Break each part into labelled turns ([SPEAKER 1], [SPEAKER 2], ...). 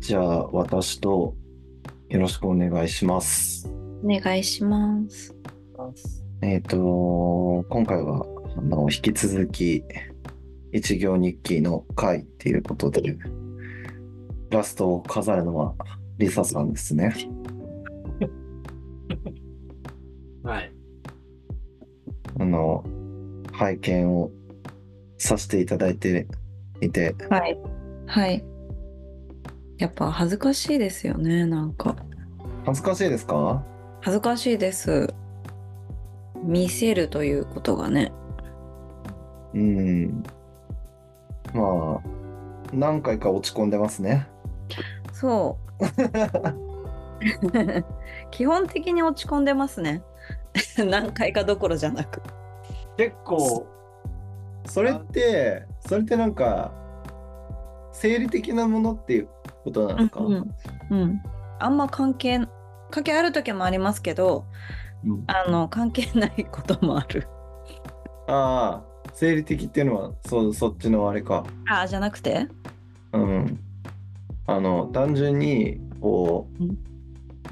[SPEAKER 1] じゃあ、私とよろしくお願いします。
[SPEAKER 2] お願いします。
[SPEAKER 1] えっ、と、今回は、あの、引き続き、一行日記の回っていうことで、ラストを飾るのは、リサさんですね。
[SPEAKER 3] はい。
[SPEAKER 1] あの、拝見をさせていただいていて、
[SPEAKER 2] はい。はい。やっぱ恥ずかしいですよね、なんか。
[SPEAKER 1] 恥ずかしいですか
[SPEAKER 2] 恥ずかしいです。見せるということがね。
[SPEAKER 1] うん。まあ、何回か落ち込んでますね。
[SPEAKER 2] そう。基本的に落ち込んでますね。 何回かどころじゃなく。
[SPEAKER 3] 結構、
[SPEAKER 1] それってそれってなんか生理的なものっていうことなのか、
[SPEAKER 2] うん、うん。あんま関係、関係ある時もありますけど、
[SPEAKER 1] うんあ
[SPEAKER 2] あの、関係ないこともある。
[SPEAKER 1] あ生理的っていうのはそそっちのあれか
[SPEAKER 2] ああ、じゃなくて
[SPEAKER 1] うんあの単純にこ
[SPEAKER 2] う
[SPEAKER 1] う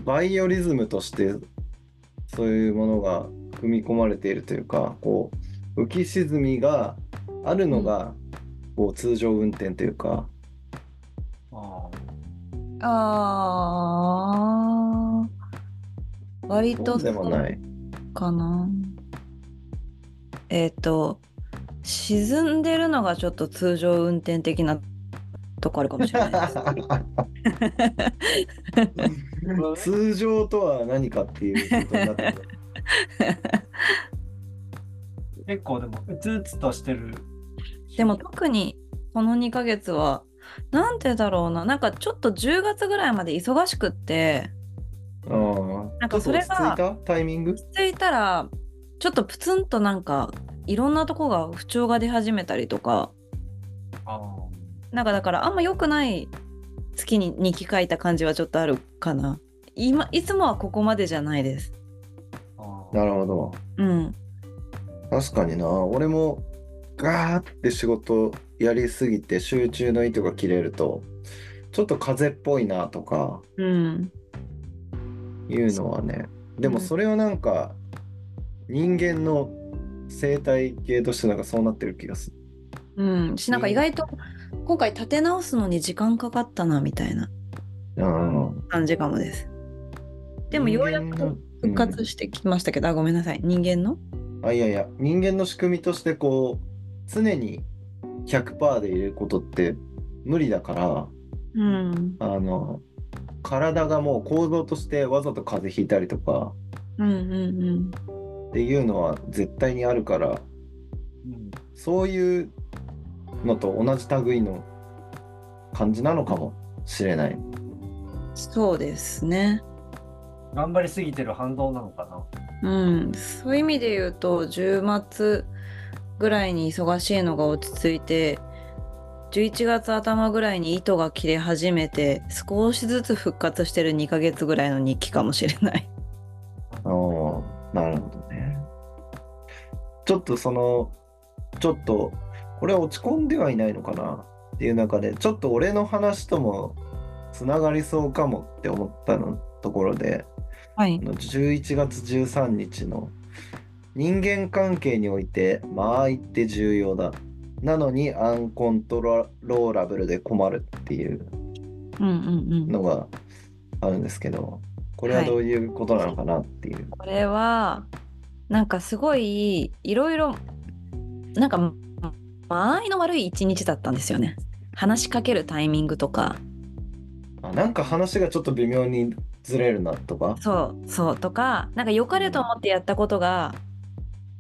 [SPEAKER 1] バイオリズムとしてそういうものが組み込まれているというかこう浮き沈みがあるのが、こう通常運転というか
[SPEAKER 3] あ
[SPEAKER 2] あー割
[SPEAKER 1] そ
[SPEAKER 2] と
[SPEAKER 1] うでもない
[SPEAKER 2] そうかなえっ、と沈んでるのがちょっと通常運転的なとこあるかもしれ ないです
[SPEAKER 3] ー
[SPEAKER 1] 通常とは何かっていうことになってくる
[SPEAKER 3] 結構でも、うつうつとしてる。
[SPEAKER 2] でも特にこの2ヶ月はなんてだろうななんかちょっと10月ぐらいまで忙しくって
[SPEAKER 1] ああ
[SPEAKER 2] なんかそれが
[SPEAKER 1] ちょっと落ち着いたタイミング
[SPEAKER 2] 落ち着いたらちょっとプツンとなんかいろんなとこが不調が出始めたりとか
[SPEAKER 3] あー
[SPEAKER 2] なんかだからあんま良くない月に日記書いた感じはちょっとあるかな。今いつもはここまでじゃないです。
[SPEAKER 3] あー。
[SPEAKER 1] なるほど
[SPEAKER 2] うん。
[SPEAKER 1] 確かにな俺もガーって仕事やりすぎて集中の糸が切れるとちょっと風邪っぽいなとか
[SPEAKER 2] うん。
[SPEAKER 1] いうのはねでもそれはなんか人間の生態系としてなんかそうなってる気がする
[SPEAKER 2] うん。しなんか意外と今回立て直すのに時間かかったなみたいな
[SPEAKER 1] うん
[SPEAKER 2] 感じかもです。でもようやく
[SPEAKER 1] 人間の
[SPEAKER 2] 復活してきましたけど、あごめんなさい。人間の
[SPEAKER 1] あいやいや人間の仕組みとしてこう常に100%でいることって無理だから
[SPEAKER 2] うん。
[SPEAKER 1] あの体がもう構造としてわざと風邪ひいたりとか
[SPEAKER 2] うんうん
[SPEAKER 1] っていうのは絶対にあるから
[SPEAKER 3] うん
[SPEAKER 1] そういうのと同じ類の感じなのかもしれない。
[SPEAKER 2] うん。そうですね。
[SPEAKER 3] 頑張りすぎてる反動なのかな。
[SPEAKER 2] うん、そういう意味で言うと10月ぐらいに忙しいのが落ち着いて11月頭ぐらいに糸が切れ始めて少しずつ復活してる2ヶ月ぐらいの日記かもしれない。
[SPEAKER 1] おなるほどね。ちょっとそのちょっと俺は落ち込んではいないのかなっていう中でちょっと俺の話ともつながりそうかもって思ったのところで
[SPEAKER 2] はい
[SPEAKER 1] あ、の11月13日の人間関係において間合いって重要だなのにアンコントローラブルで困るっていう
[SPEAKER 2] うんうんうん、
[SPEAKER 1] のがあるんですけどこれはどういうことなのかなっていう、
[SPEAKER 2] これはなんかすごいいろいろなんか間合いの悪い一日だったんですよね。話しかけるタイミングとか
[SPEAKER 1] あなんか話がちょっと微妙にずれるなとか
[SPEAKER 2] そうそうとかなんか良かれと思ってやったことが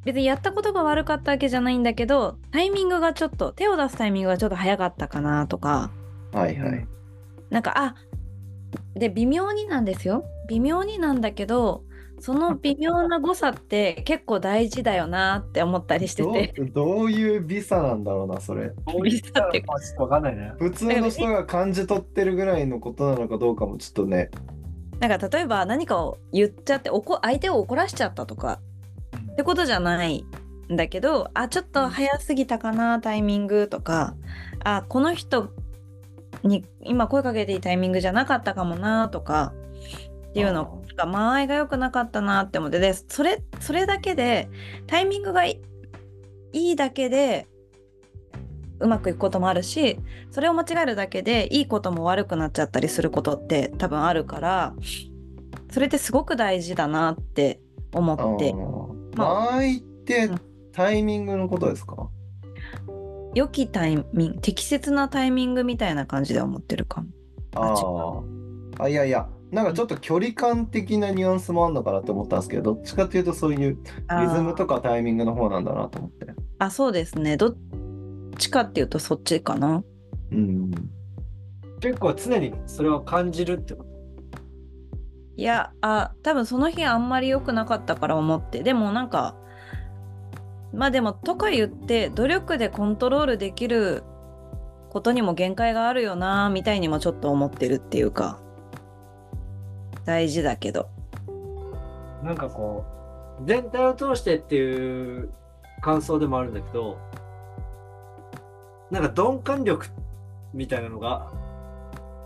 [SPEAKER 2] 別にやったことが悪かったわけじゃないんだけどタイミングがちょっと手を出すタイミングがちょっと早かったかなとか
[SPEAKER 1] はいはい
[SPEAKER 2] なんかあで微妙になんですよ微妙になんだけどその微妙な誤差って結構大事だよなって思ったりして
[SPEAKER 1] ど
[SPEAKER 2] て
[SPEAKER 1] うどういう美さなんだろうなそれ
[SPEAKER 2] うるさって
[SPEAKER 3] ちょっとわかんないね。
[SPEAKER 1] 普通の人が感じ取ってるぐらいのことなのかどうかもちょっとね
[SPEAKER 2] なんか例えば何かを言っちゃって怒相手を怒らしちゃったとかってことじゃないんだけどあちょっと早すぎたかなタイミングとかあこの人に今声かけていいタイミングじゃなかったかもなとかっていうのが間合いが良くなかったなって思ってでそれそれだけでタイミングがいいいだけでうまくいくこともあるしそれを間違えるだけでいいことも悪くなっちゃったりすることって多分あるからそれってすごく大事だなって思って
[SPEAKER 1] ー
[SPEAKER 2] ま
[SPEAKER 1] 間合いって
[SPEAKER 2] うん
[SPEAKER 1] タイミングのことですか
[SPEAKER 2] 良きタイミング適切なタイミングみたいな感じで思ってるかも。あ
[SPEAKER 1] あーあいやいやなんかちょっと距離感的なニュアンスもあるのかなって思ったんですけどどっちかっていうとそういうリズムとかタイミングの方なんだなと思って。
[SPEAKER 2] あそうですねどっちかっていうとそっちかな
[SPEAKER 1] うん、
[SPEAKER 3] 結構常にそれを感じるってこ
[SPEAKER 2] いやあ多分その日あんまり良くなかったから思ってでもなんかまあでもとか言って努力でコントロールできることにも限界があるよなみたいにもちょっと思ってるっていうか大事だけど
[SPEAKER 3] となんかこう全体を通してっていう感想でもあるんだけどなんか鈍感力みたいなのが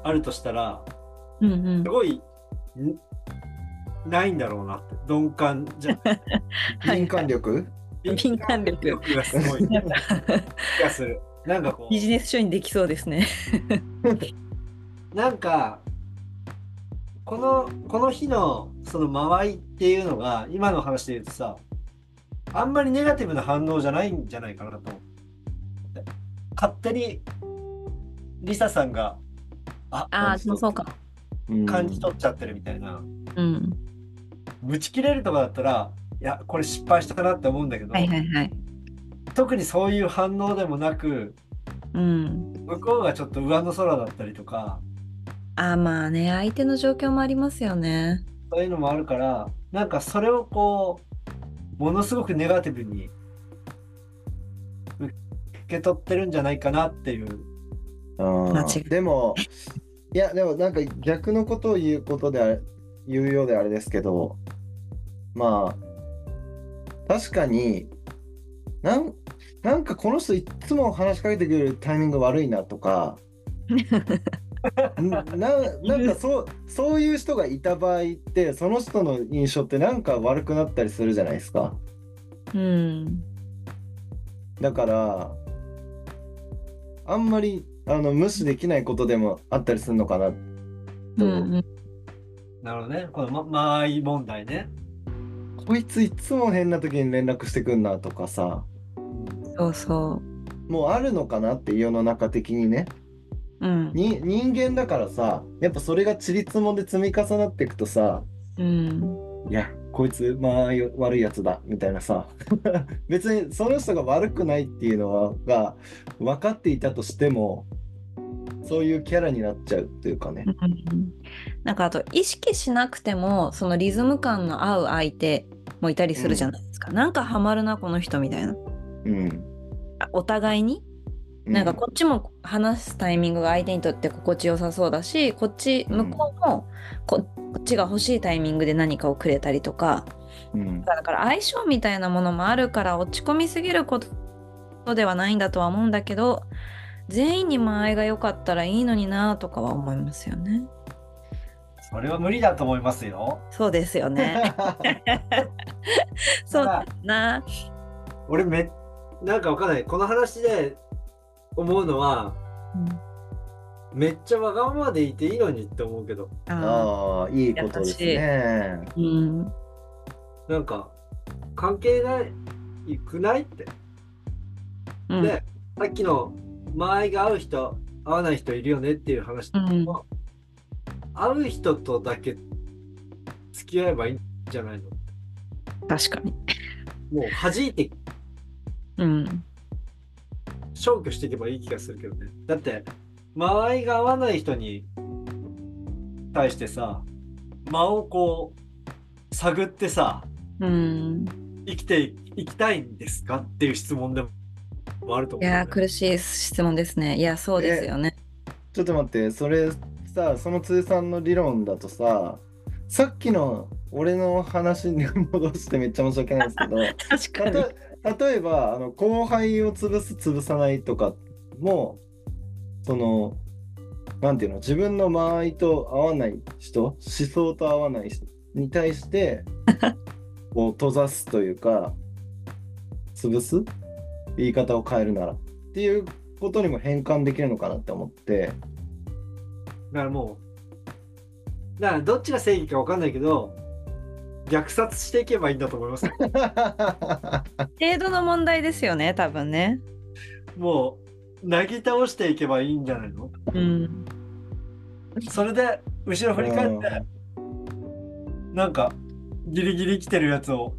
[SPEAKER 3] あるとしたら
[SPEAKER 2] うんうん
[SPEAKER 3] すごいんないんだろうなって鈍感じゃ
[SPEAKER 2] はい
[SPEAKER 1] 敏感力
[SPEAKER 2] 敏感力
[SPEAKER 3] がすご い気がするなんかこう
[SPEAKER 2] ビジネス書にできそうですね
[SPEAKER 3] なんかこのこの日のその間合いっていうのが今の話で言うとさあんまりネガティブな反応じゃないんじゃないかなと思って勝手にリサさんがあ
[SPEAKER 2] ああ
[SPEAKER 3] この人
[SPEAKER 2] そうか
[SPEAKER 1] うん
[SPEAKER 3] 感じ取っちゃってるみたいな
[SPEAKER 2] うん
[SPEAKER 3] ぶち切れるとかだったらいやこれ失敗したかなって思うんだけど、
[SPEAKER 2] はいはいはい
[SPEAKER 3] 特にそういう反応でもなく
[SPEAKER 2] うん
[SPEAKER 3] 向こうがちょっと上の空だったりとか
[SPEAKER 2] あーまあね相手の状況もありますよね
[SPEAKER 3] そういうのもあるからなんかそれをこうものすごくネガティブに受け取ってるんじゃないかなっていう
[SPEAKER 1] あー
[SPEAKER 2] 間違い
[SPEAKER 1] でもいやでもなんか逆のことを言うことであれ言うようであれですけどまあ確かになんなんかこの人いっつも話しかけてくるタイミング悪いなとか んななんかそうそういう人がいた場合ってその人の印象ってなんか悪くなったりするじゃないですか。
[SPEAKER 2] うん
[SPEAKER 1] だからあんまりあの無視できないことでもあったりするのかな
[SPEAKER 2] う
[SPEAKER 1] と、
[SPEAKER 2] んうん
[SPEAKER 3] なるほどねこの、ま、間合い問題ね、
[SPEAKER 1] こいついつも変な時に連絡してくんなとかさ
[SPEAKER 2] そうそ
[SPEAKER 1] もうあるのかなって世の中的にね
[SPEAKER 2] ううん
[SPEAKER 1] に人間だからさやっぱそれがちりつもで積み重なっていくとさ
[SPEAKER 2] うん
[SPEAKER 1] いやこいつまあ悪いやつだみたいなさ 別にその人が悪くないっていうのはが分かっていたとしてもそういうキャラになっちゃうっていうかね。
[SPEAKER 2] なんかあと意識しなくてもそのリズム感の合う相手もいたりするじゃないですか、なんかハマるなこの人みたいな
[SPEAKER 1] うん、
[SPEAKER 2] あお互いに、
[SPEAKER 1] う
[SPEAKER 2] なんかこっちも話すタイミングが相手にとって心地よさそうだしこっち向こうもこ,、こっちが欲しいタイミングで何かをくれたりとか
[SPEAKER 1] うん
[SPEAKER 2] だから相性みたいなものもあるから落ち込みすぎることではないんだとは思うんだけど全員に間合いが良かったらいいのになとかは思いますよね。
[SPEAKER 3] それは無理だと思いますよ
[SPEAKER 2] そうですよね。 そうだな。
[SPEAKER 3] 俺めなんかわかんないこの話で思うのはめっちゃわがままでいていいのにって思うけど
[SPEAKER 2] あ
[SPEAKER 1] ああ、いいことですね。
[SPEAKER 2] ーうん、
[SPEAKER 3] なんか関係ないくないって
[SPEAKER 2] うん、
[SPEAKER 3] で、さっきの間合いが合う人合わない人いるよねっていう話
[SPEAKER 2] う
[SPEAKER 3] と、
[SPEAKER 2] ん
[SPEAKER 3] 合う人とだけ付き合えばいいんじゃないの
[SPEAKER 2] 確かに。
[SPEAKER 3] もう弾いて
[SPEAKER 2] うん、
[SPEAKER 3] 消去していけばいい気がするけどねだって間合いが合わない人に対してさ間をこう探ってさ
[SPEAKER 2] うん、
[SPEAKER 3] 生きていきたいんですかっていう質問でもある
[SPEAKER 2] い
[SPEAKER 3] と思うんだ
[SPEAKER 2] や
[SPEAKER 3] よ
[SPEAKER 2] ー
[SPEAKER 3] ね、
[SPEAKER 2] 苦しい質問ですね。いやそうですよね。
[SPEAKER 1] ちょっと待って、それさ、その通算の理論だとさ、さっきの俺の話に戻してめっちゃ申し訳ないんですけど、
[SPEAKER 2] 確かに。
[SPEAKER 1] たと例えばあの後輩を潰す潰さないとかも、そのなんていうの自分の間合いと合わない人思想と合わない人に対して こう閉ざすというか潰す言い方を変えるならっていうことにも変換できるのかなって思って
[SPEAKER 3] だからもう、だからどっちが正義か分かんないけど、虐殺していけばいいんだと思いま すよ。
[SPEAKER 2] 程度の問題ですよね多分ね
[SPEAKER 3] もう、なぎ倒していけばいいんじゃないの
[SPEAKER 2] うん
[SPEAKER 3] それで、後ろ振り返って、なんか、ギリギリ来てるやつを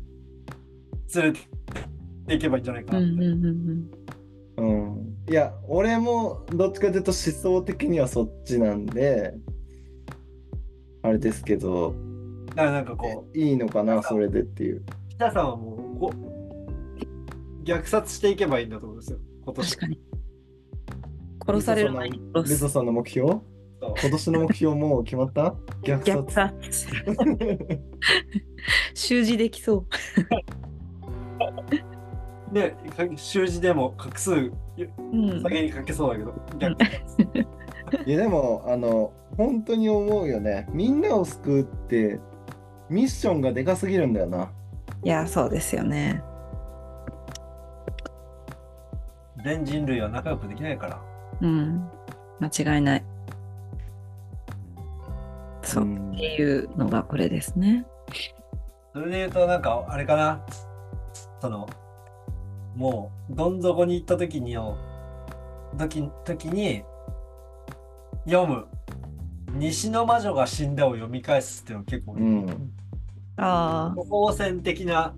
[SPEAKER 3] 連れていけばいいんじゃないか
[SPEAKER 2] うん
[SPEAKER 3] な
[SPEAKER 2] う
[SPEAKER 3] って。
[SPEAKER 2] んうんう
[SPEAKER 1] う
[SPEAKER 2] ん
[SPEAKER 1] んいや俺もどっちかというと思想的にはそっちなんであれですけど
[SPEAKER 3] だからなんかこう、
[SPEAKER 1] いいのかなそれでっていう
[SPEAKER 3] 北さんはもうこう、虐殺していけばいいんだと思うんですよ、今年
[SPEAKER 2] 確。かに殺される前に
[SPEAKER 1] ル
[SPEAKER 2] 殺
[SPEAKER 1] ソ
[SPEAKER 2] す
[SPEAKER 1] さんの目標
[SPEAKER 3] そう
[SPEAKER 1] 今年の目標もう決ま った虐殺
[SPEAKER 2] 逆さ 習字できそう
[SPEAKER 3] ね、か習字でも画数、
[SPEAKER 2] うん
[SPEAKER 3] 下げにかけそうだけど、逆
[SPEAKER 1] いやでもあの本当に思うよねみんなを救うってミッションがでかすぎるんだよない
[SPEAKER 2] やそうですよね
[SPEAKER 3] 全人類は仲良くできないから。
[SPEAKER 2] うん間違いないそう、っ
[SPEAKER 1] ん
[SPEAKER 2] ていうのがこれですね
[SPEAKER 3] それで言うと、なんか、あれかな。その、もう、どん底に行った時によ、時時に、読む。西の魔女が死んだを読み返すっていうのは結構、
[SPEAKER 1] うん
[SPEAKER 2] ああ
[SPEAKER 3] 処方箋的な、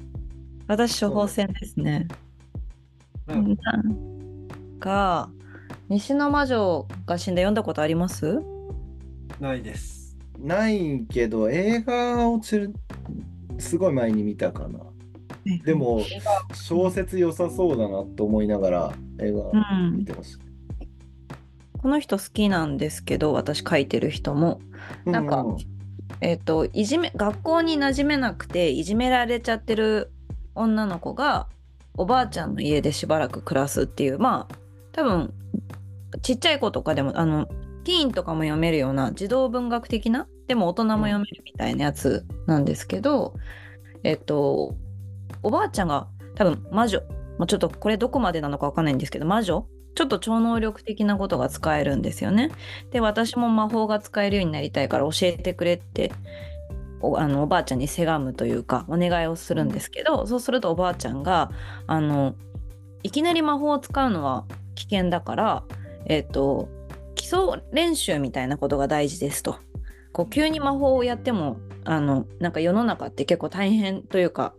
[SPEAKER 2] 私処方箋ですね
[SPEAKER 3] うん
[SPEAKER 2] なんか西の魔女が死んで読んだことあります
[SPEAKER 3] ないです。
[SPEAKER 1] ないけど映画をちるすごい前に見たかなでも小説良さそうだなと思いながら映画見てました、
[SPEAKER 2] この人好きなんですけど私書いてる人も、
[SPEAKER 1] うん
[SPEAKER 2] なんかえっといじめ学校に馴染めなくていじめられちゃってる女の子がおばあちゃんの家でしばらく暮らすっていうまあ多分ちっちゃい子とかでもあのティーンとかも読めるような児童文学的なでも大人も読めるみたいなやつなんですけど、えっとおばあちゃんが多分魔女もうちょっとこれどこまでなのかわかんないんですけど魔女ちょっと超能力的なことが使えるんですよね。で私も魔法が使えるようになりたいから教えてくれっておあのおばあちゃんにせがむというかお願いをするんですけどそうするとおばあちゃんがあのいきなり魔法を使うのは危険だから、えっと基礎練習みたいなことが大事ですと。こう急に魔法をやってもあのなんか世の中って結構大変というか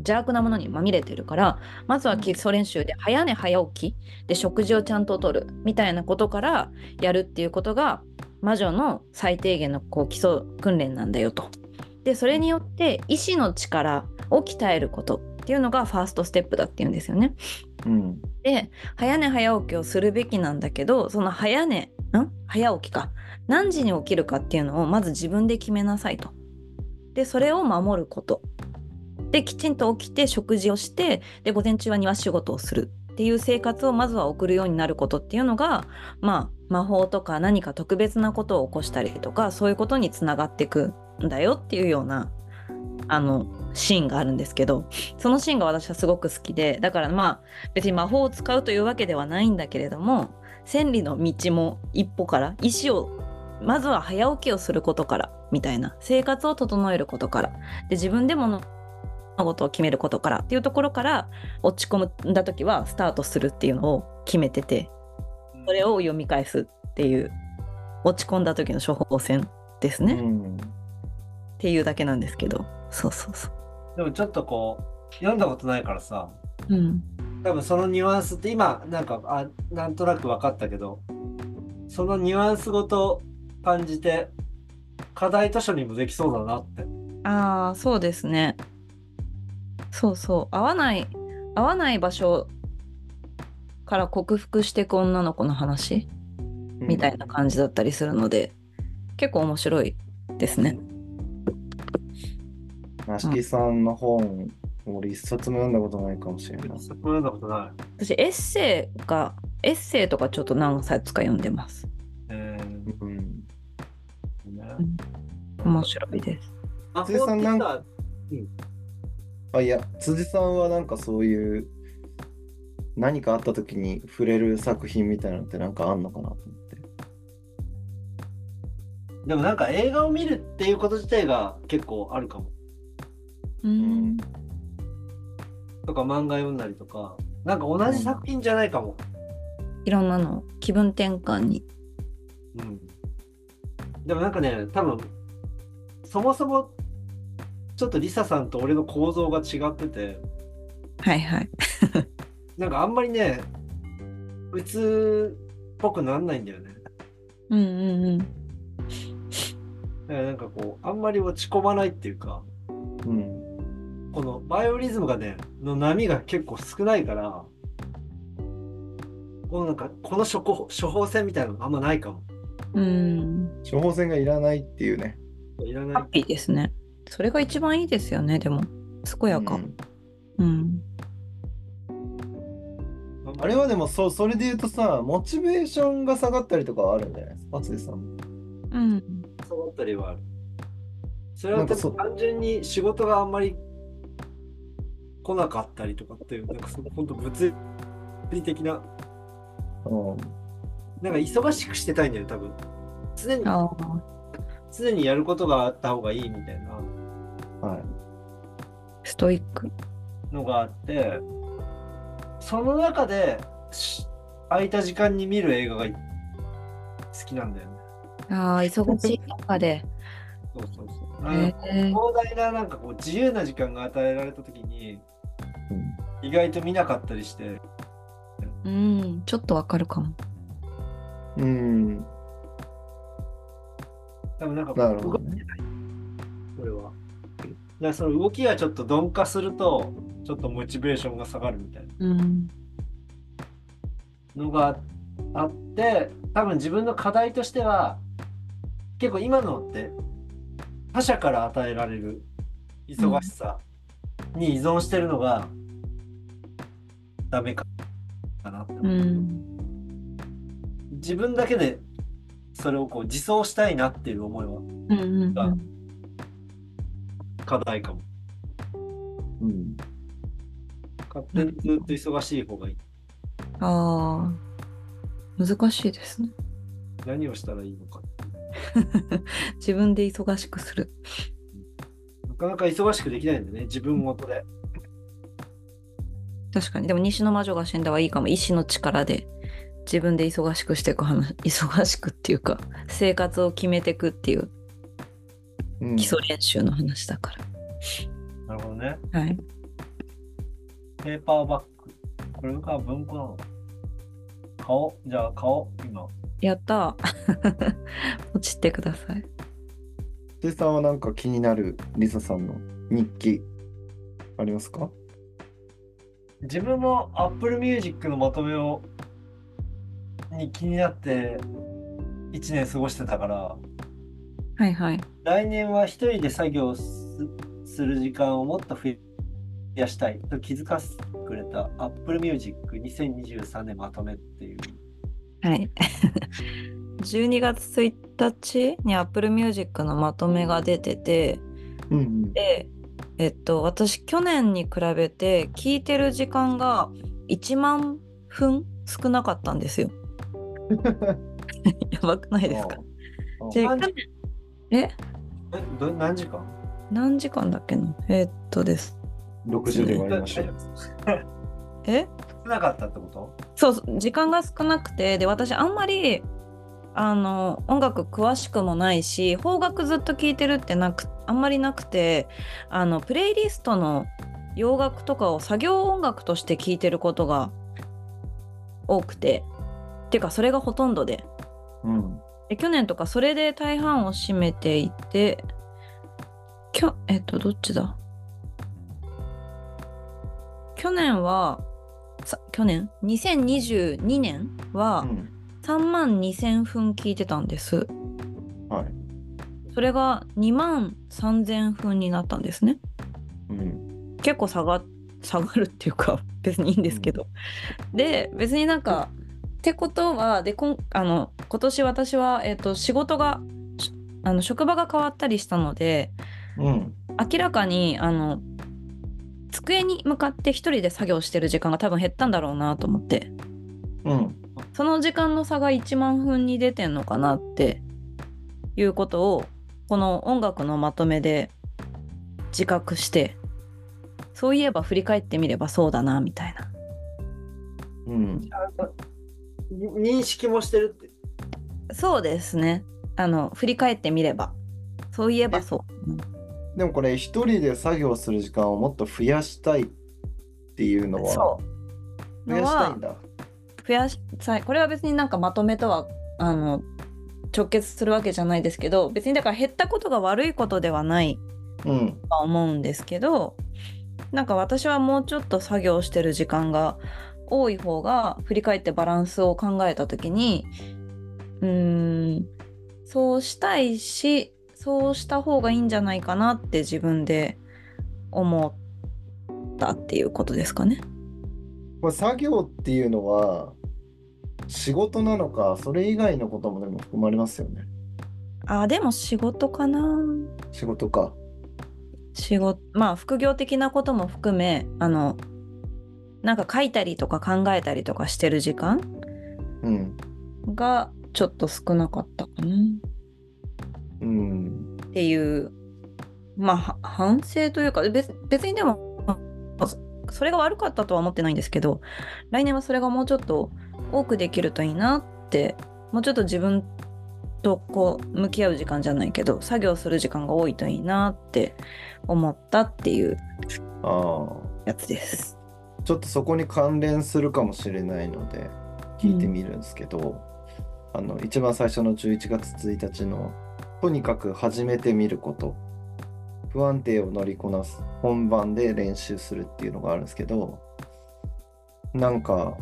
[SPEAKER 2] 邪悪なものにまみれてるからまずは基礎練習で早寝早起きで食事をちゃんととるみたいなことからやるっていうことが魔女の最低限のこう基礎訓練なんだよと。でそれによって意志の力を鍛えることっていうのがファーストステップだっていうんですよね。
[SPEAKER 1] うん
[SPEAKER 2] で早寝早起きをするべきなんだけどその早寝ん早起きか何時に起きるかっていうのをまず自分で決めなさいと。でそれを守ること。できちんと起きて食事をしてで午前中は庭仕事をするっていう生活をまずは送るようになることっていうのがまあ魔法とか何か特別なことを起こしたりとかそういうことにつながっていくんだよっていうようなあのシーンがあるんですけどそのシーンが私はすごく好きでだからまあ別に魔法を使うというわけではないんだけれども千里の道も一歩から意思をまずは早起きをすることからみたいな生活を整えることからで自分で物事を決めることからっていうところから落ち込んだ時はスタートするっていうのを決めててそれを読み返すっていう落ち込んだ時の処方箋ですね、
[SPEAKER 1] う
[SPEAKER 2] っ
[SPEAKER 1] ん
[SPEAKER 2] ていうだけなんですけどそうそうそう。
[SPEAKER 3] でもちょっとこう、読んだことないからさ、
[SPEAKER 2] うん
[SPEAKER 3] 多分そのニュアンスって今、なんか、あなんとなく分かったけど、そのニュアンスごと感じて、課題図書にもできそうだなって。
[SPEAKER 2] ああそうですねそうそう合わない合わない場所から克服していく女の子の話みたいな感じだったりするので、結構面白いですね
[SPEAKER 1] 益木さんの本俺一冊も読んだことないかもしれない
[SPEAKER 3] そこ読んだことない。
[SPEAKER 2] 私エッセイがエッセイとかちょっと何冊か読んでます
[SPEAKER 3] えー
[SPEAKER 1] うん。
[SPEAKER 2] 面白いです。
[SPEAKER 3] 魔
[SPEAKER 1] 辻さんなんか
[SPEAKER 3] 法って
[SPEAKER 1] あ、いや、辻さんはなんかそういう、何かあった時に触れる作品みたいなのってなんかあんのかなと思って。
[SPEAKER 3] さでもなんか映画を見るっていうこと自体が結構あるかも。
[SPEAKER 2] う
[SPEAKER 1] うん
[SPEAKER 2] ん。
[SPEAKER 3] とか漫画読んだりとか、なんか同じ作品じゃないかも。
[SPEAKER 2] いろんなの気分転換に。
[SPEAKER 3] うん。でもなんかね、多分、そもそも、ちょっとリサさんと俺の構造が違ってて、
[SPEAKER 2] はいはい。
[SPEAKER 3] なんかあんまりね、普通っぽくなんないんだよね。
[SPEAKER 2] うんうんうん。
[SPEAKER 3] だからなんかこう、あんまり落ち込まないっていうか、
[SPEAKER 1] うん。
[SPEAKER 3] このバイオリズムがね、の波が結構少ないから、このなんか、この処方処方箋みたいなのがあんまないかも。
[SPEAKER 2] うん。
[SPEAKER 1] 処方箋がいらないっていうね。
[SPEAKER 3] いら
[SPEAKER 2] ハ
[SPEAKER 3] な
[SPEAKER 2] ッ
[SPEAKER 3] い。
[SPEAKER 2] ピーですね。それが一番いいですよね、でも。健やか。
[SPEAKER 1] うん
[SPEAKER 2] うん。
[SPEAKER 1] あれはでもそう、それで言うとさ、モチベーションが下がったりとかはあるんじゃないですか、松井さんも。
[SPEAKER 2] うん。
[SPEAKER 3] 下がったりはある。それは
[SPEAKER 1] なん
[SPEAKER 3] 多
[SPEAKER 1] かそう
[SPEAKER 3] 分単純に仕事があんまり来なかったりとかっていう、なんかその本当物理的な、
[SPEAKER 1] うん
[SPEAKER 3] なんか忙しくしてたいんだよね、多分。常に、
[SPEAKER 2] ああ。
[SPEAKER 3] 常にやることがあった方がいいみたいな
[SPEAKER 1] はい。
[SPEAKER 2] ストイック。
[SPEAKER 3] のがあって、その中でし空いた時間に見る映画が好きなんだよね。
[SPEAKER 2] ああ、忙しい中で。
[SPEAKER 3] そうそうそ
[SPEAKER 2] へ
[SPEAKER 3] う。あの
[SPEAKER 2] え
[SPEAKER 3] 広大ななんかこう自由な時間が与えられた時に
[SPEAKER 1] うん
[SPEAKER 3] 意外と見なかったりして
[SPEAKER 2] うん。ちょっとわかるかも。
[SPEAKER 1] うん。
[SPEAKER 3] 多分なんか
[SPEAKER 1] なるほど
[SPEAKER 3] 動
[SPEAKER 1] ね。
[SPEAKER 3] これは。だからその動きがちょっと鈍化するとちょっとモチベーションが下がるみたい
[SPEAKER 2] うん。
[SPEAKER 3] なのがあって多分自分の課題としては結構今のって他者から与えられる忙しさに依存してるのがダメかかなって思う
[SPEAKER 2] うん。
[SPEAKER 3] 自分だけでそれをこう自走したいなっていう思いは
[SPEAKER 2] うんうんう
[SPEAKER 3] あ
[SPEAKER 2] ん。
[SPEAKER 3] 課題かも。
[SPEAKER 1] うん。
[SPEAKER 3] 勝手にずっと忙しい方がいい。
[SPEAKER 2] ああ。難しいですね。
[SPEAKER 3] 何をしたらいいのか。
[SPEAKER 2] 自分で忙しくする。
[SPEAKER 3] なかなか忙しくできないんだね、自分ごとで。
[SPEAKER 2] 確かに。でも、西の魔女が死んだはいいかも。意志の力で自分で忙しくしていく話、忙しくっていうか、生活を決めていくっていう
[SPEAKER 1] うん
[SPEAKER 2] 基礎練習の話だか
[SPEAKER 3] なるほどね。
[SPEAKER 2] ら。はい。
[SPEAKER 3] ペーパーバッグ。これが文庫なの顔じゃあ顔、今。
[SPEAKER 2] やったー。 ポチってください。
[SPEAKER 1] 松井さんはなんか気になるリサさんの日記ありますか
[SPEAKER 3] 自分も Apple Music のまとめをに気になって1年過ごしてたから、
[SPEAKER 2] はいはい。
[SPEAKER 3] 来年は一人で作業すする時間をもっと増やしたいと気づかせてくれた Apple Music 2023年まとめっていう。
[SPEAKER 2] はい。12月1日に Apple Music のまとめが出てて、
[SPEAKER 1] うん
[SPEAKER 2] で、えっと、私去年に比べて聞いてる時間が1万分少なかったんです よ。やばくないですか
[SPEAKER 1] うん
[SPEAKER 2] で
[SPEAKER 3] 何時
[SPEAKER 2] え
[SPEAKER 3] えど何時間
[SPEAKER 2] 何時間だっけなえっとです。
[SPEAKER 1] 60で割りましょう。
[SPEAKER 3] 少
[SPEAKER 2] え
[SPEAKER 3] なかったってこと
[SPEAKER 2] そうそう時間が少なくてで私あんまりあの音楽詳しくもないし邦楽ずっと聴いてるってなくあんまりなくてあのプレイリストの洋楽とかを作業音楽として聴いてることが多くてっていうかそれがほとんどで
[SPEAKER 1] うん
[SPEAKER 2] で去年とかそれで大半を占めていてきょえっとどっちだ去年はさ去年2022年
[SPEAKER 1] う
[SPEAKER 2] は
[SPEAKER 1] ん
[SPEAKER 2] 3万2000分聞いてたんです
[SPEAKER 1] はい。
[SPEAKER 2] それが2万3000分になったんですね
[SPEAKER 1] うん
[SPEAKER 2] 結構下が下がるっていうか 別にいいんですけど、で別になんかってことはでこんあの今年私は、えっと仕事がしあの職場が変わったりしたので
[SPEAKER 1] うん。
[SPEAKER 2] 明らかにあの机に向かって一人で作業してる時間が多分減ったんだろうなと思って
[SPEAKER 1] うん。
[SPEAKER 2] その時間の差が1万分に出てんのかなっていうことをこの音楽のまとめで自覚してそういえば振り返ってみればそうだなみたいな
[SPEAKER 1] うん。
[SPEAKER 3] 認識もしてるって。
[SPEAKER 2] そうですねあの振り返ってみればそういえばそう
[SPEAKER 1] でもこれ、一人で作業する時間をもっと増やしたいっていうのは、
[SPEAKER 2] そう
[SPEAKER 1] 増
[SPEAKER 2] の
[SPEAKER 1] やしたい
[SPEAKER 2] は
[SPEAKER 1] んだ。
[SPEAKER 2] 増やしさこれは別になんかまとめとはあの直結するわけじゃないですけど別にだから減ったことが悪いことではない
[SPEAKER 1] うん。
[SPEAKER 2] とは思うんですけどなんか私はもうちょっと作業してる時間が多い方が振り返ってバランスを考えた時にうーんそうしたいしそうした方がいいんじゃないかなって自分で思ったっていうことですかね。
[SPEAKER 1] これ、作業っていうのは、仕事なのか、それ以外のこともでも含まれますよね。
[SPEAKER 2] あでも仕事かな
[SPEAKER 1] 仕事か。
[SPEAKER 2] 仕事まあ副業的なことも含めあのなんか書いたりとか考えたりとかしてる時間
[SPEAKER 1] うん。
[SPEAKER 2] がちょっと少なかったかな
[SPEAKER 1] うん。
[SPEAKER 2] っていうまあは反省というか別別にでもまあそそれが悪かったとは思ってないんですけど来年はそれがもうちょっと多くできるといいなってもうちょっと自分とこう向き合う時間じゃないけど作業する時間が多いといいなって思ったっていう
[SPEAKER 1] ああ。
[SPEAKER 2] やつです。
[SPEAKER 1] ちょっとそこに関連するかもしれないので聞いてみるんですけど、あの一番最初の11月1日の「とにかく始めてみること」「不安定を乗りこなす」「本番で練習する」っていうのがあるんですけどなんか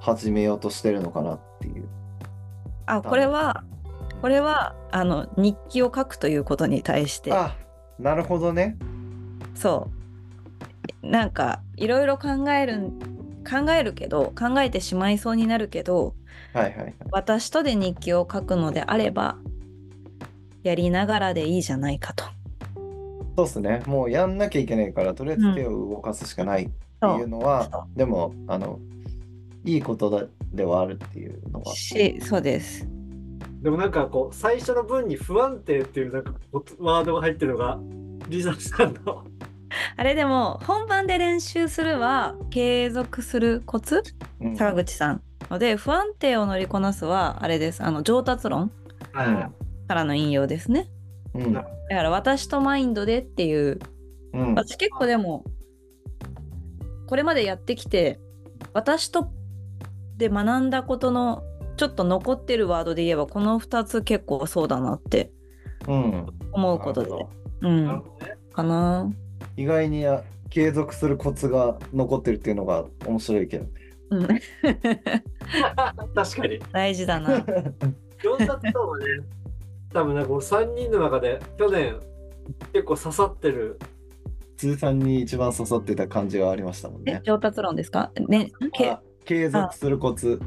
[SPEAKER 1] 始めようとしてるのかなっていう。
[SPEAKER 2] あこれはこれはあの日記を書くということに対して
[SPEAKER 1] あなるほどね。
[SPEAKER 2] そうなんかいろいろ考えるん考えるけど考えてしまいそうになるけど
[SPEAKER 1] はいはいはい。
[SPEAKER 2] 私とで日記を書くのであればやりながらでいいじゃないかと。
[SPEAKER 1] そうですね。もうやんなきゃいけないからとりあえず手を動かすしかないっていうのは、
[SPEAKER 2] そ
[SPEAKER 1] でもあのいいことだではあるっていうのは
[SPEAKER 2] しそうです。
[SPEAKER 3] でもなんかこう、最初の文に不安定っていうなんかことワードが入ってるのが、リザさんの。
[SPEAKER 2] あれでも本番で練習するは継続するコツ
[SPEAKER 1] うん
[SPEAKER 2] 坂口さんので不安定を乗りこなすはあれですあの上達論
[SPEAKER 1] ん
[SPEAKER 2] からの引用ですね。
[SPEAKER 1] うん
[SPEAKER 2] だから私とマインドでっていう
[SPEAKER 1] うん
[SPEAKER 2] 私結構でもこれまでやってきて私とで学んだことのちょっと残ってるワードで言えばこの2つ結構そうだなって
[SPEAKER 1] うん
[SPEAKER 2] 思うことで
[SPEAKER 1] なるほど
[SPEAKER 2] う
[SPEAKER 3] なる
[SPEAKER 2] ん
[SPEAKER 3] ほどね
[SPEAKER 2] かな
[SPEAKER 1] 意外にあ継続するコツが残ってるっていうのが面白いけどね
[SPEAKER 2] うん
[SPEAKER 3] 確かに。
[SPEAKER 2] 大事だな
[SPEAKER 3] 上達とはね、 多分なんかこう3人の中で、去年、結構刺さってる。
[SPEAKER 1] 通算に一番刺さってた感じがありましたもん
[SPEAKER 2] え
[SPEAKER 1] ね。
[SPEAKER 2] 上達論ですかねけ
[SPEAKER 1] あ継続するコツ。